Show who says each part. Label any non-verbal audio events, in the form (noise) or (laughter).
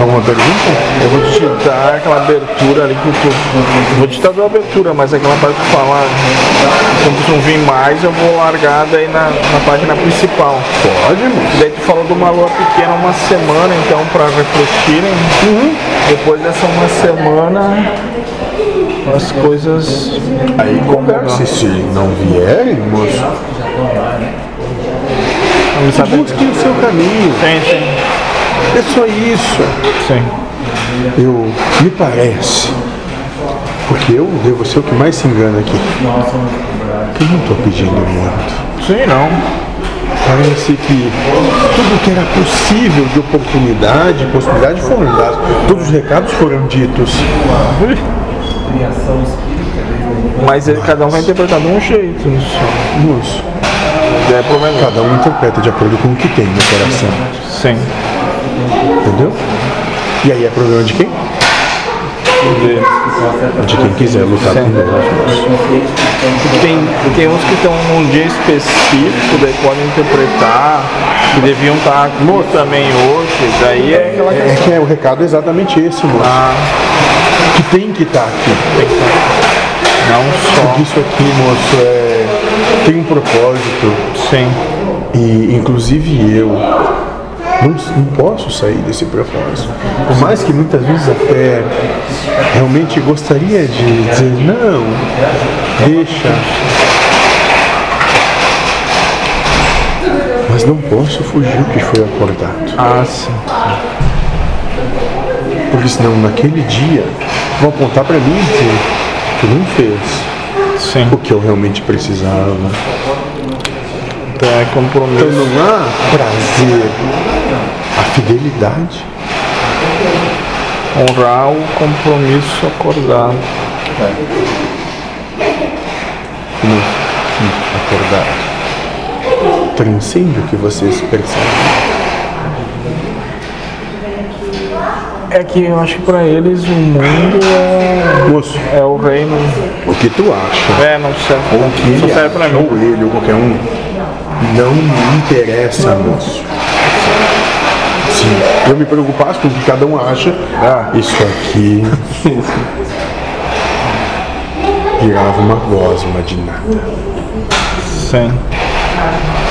Speaker 1: Alguma pergunta?
Speaker 2: Eu vou te dar aquela abertura ali que tu. Vou te dar a abertura, mas aquela parte que tu fala. Quando tu Então, não vir mais, eu vou largar daí na, na página principal.
Speaker 1: Pode,
Speaker 2: E
Speaker 1: moço.
Speaker 2: daí tu fala de uma lua pequena uma semana, então, pra refletirem. Uhum. Depois dessa uma semana, as coisas.
Speaker 1: Aí conversa. E se não vierem, moço,
Speaker 2: Não sabe.
Speaker 1: busquem o seu caminho.
Speaker 2: Sim, sim,
Speaker 1: É só isso.
Speaker 2: sim.
Speaker 1: Eu me parece. Porque eu devo ser o que mais se engana aqui. Que eu não estou pedindo muito.
Speaker 2: Sim, não.
Speaker 1: Parece que tudo que era possível de oportunidade, possibilidade foram dados. Todos os recados foram ditos.
Speaker 2: Mas ele- cada um vai interpretar de um jeito. só.
Speaker 1: Moço,
Speaker 2: Daí é problema.
Speaker 1: cada um interpreta de acordo com o que tem no coração.
Speaker 2: Sim.
Speaker 1: Entendeu? E aí é problema de quem? De quem quiser lutar com Deus.
Speaker 2: Tem, tem uns que estão num dia específico, daí podem interpretar, que deviam estar aqui também hoje, daí é aquela
Speaker 1: É
Speaker 2: questão.
Speaker 1: que é, o recado é exatamente esse, moço.
Speaker 2: Ah,
Speaker 1: Que tem que estar aqui.
Speaker 2: tem que estar- Não
Speaker 1: Porque isso aqui, moço, é, tem um propósito.
Speaker 2: só. Sim.
Speaker 1: E, inclusive, eu não, não posso sair desse propósito. Por mais que muitas vezes é. até realmente gostaria de dizer, não, deixa. Mas não posso fugir do que foi acordado.
Speaker 2: Ah, sim.
Speaker 1: Porque senão naquele dia vão apontar pra mim e dizer, tu não fez
Speaker 2: Sim.
Speaker 1: o que eu realmente precisava.
Speaker 2: Então é
Speaker 1: Então
Speaker 2: compromisso.
Speaker 1: não há prazer. A fidelidade.
Speaker 2: Então, Honrar o compromisso acordado.
Speaker 1: Não. Hum, Acordar. Transcende o que vocês percebem.
Speaker 2: É que eu acho que pra eles o mundo é,
Speaker 1: Moço,
Speaker 2: é o reino.
Speaker 1: o que tu acha?
Speaker 2: É, não serve.
Speaker 1: Ou que
Speaker 2: Só
Speaker 1: ele
Speaker 2: serve pra
Speaker 1: acha,
Speaker 2: mim.
Speaker 1: ou ele, ou qualquer um. Não me interessa, moço. Se eu me preocupasse com o que cada um acha,
Speaker 2: Ah.
Speaker 1: isso
Speaker 2: (laughs)
Speaker 1: aqui virava uma gosma de nada.
Speaker 2: Sim.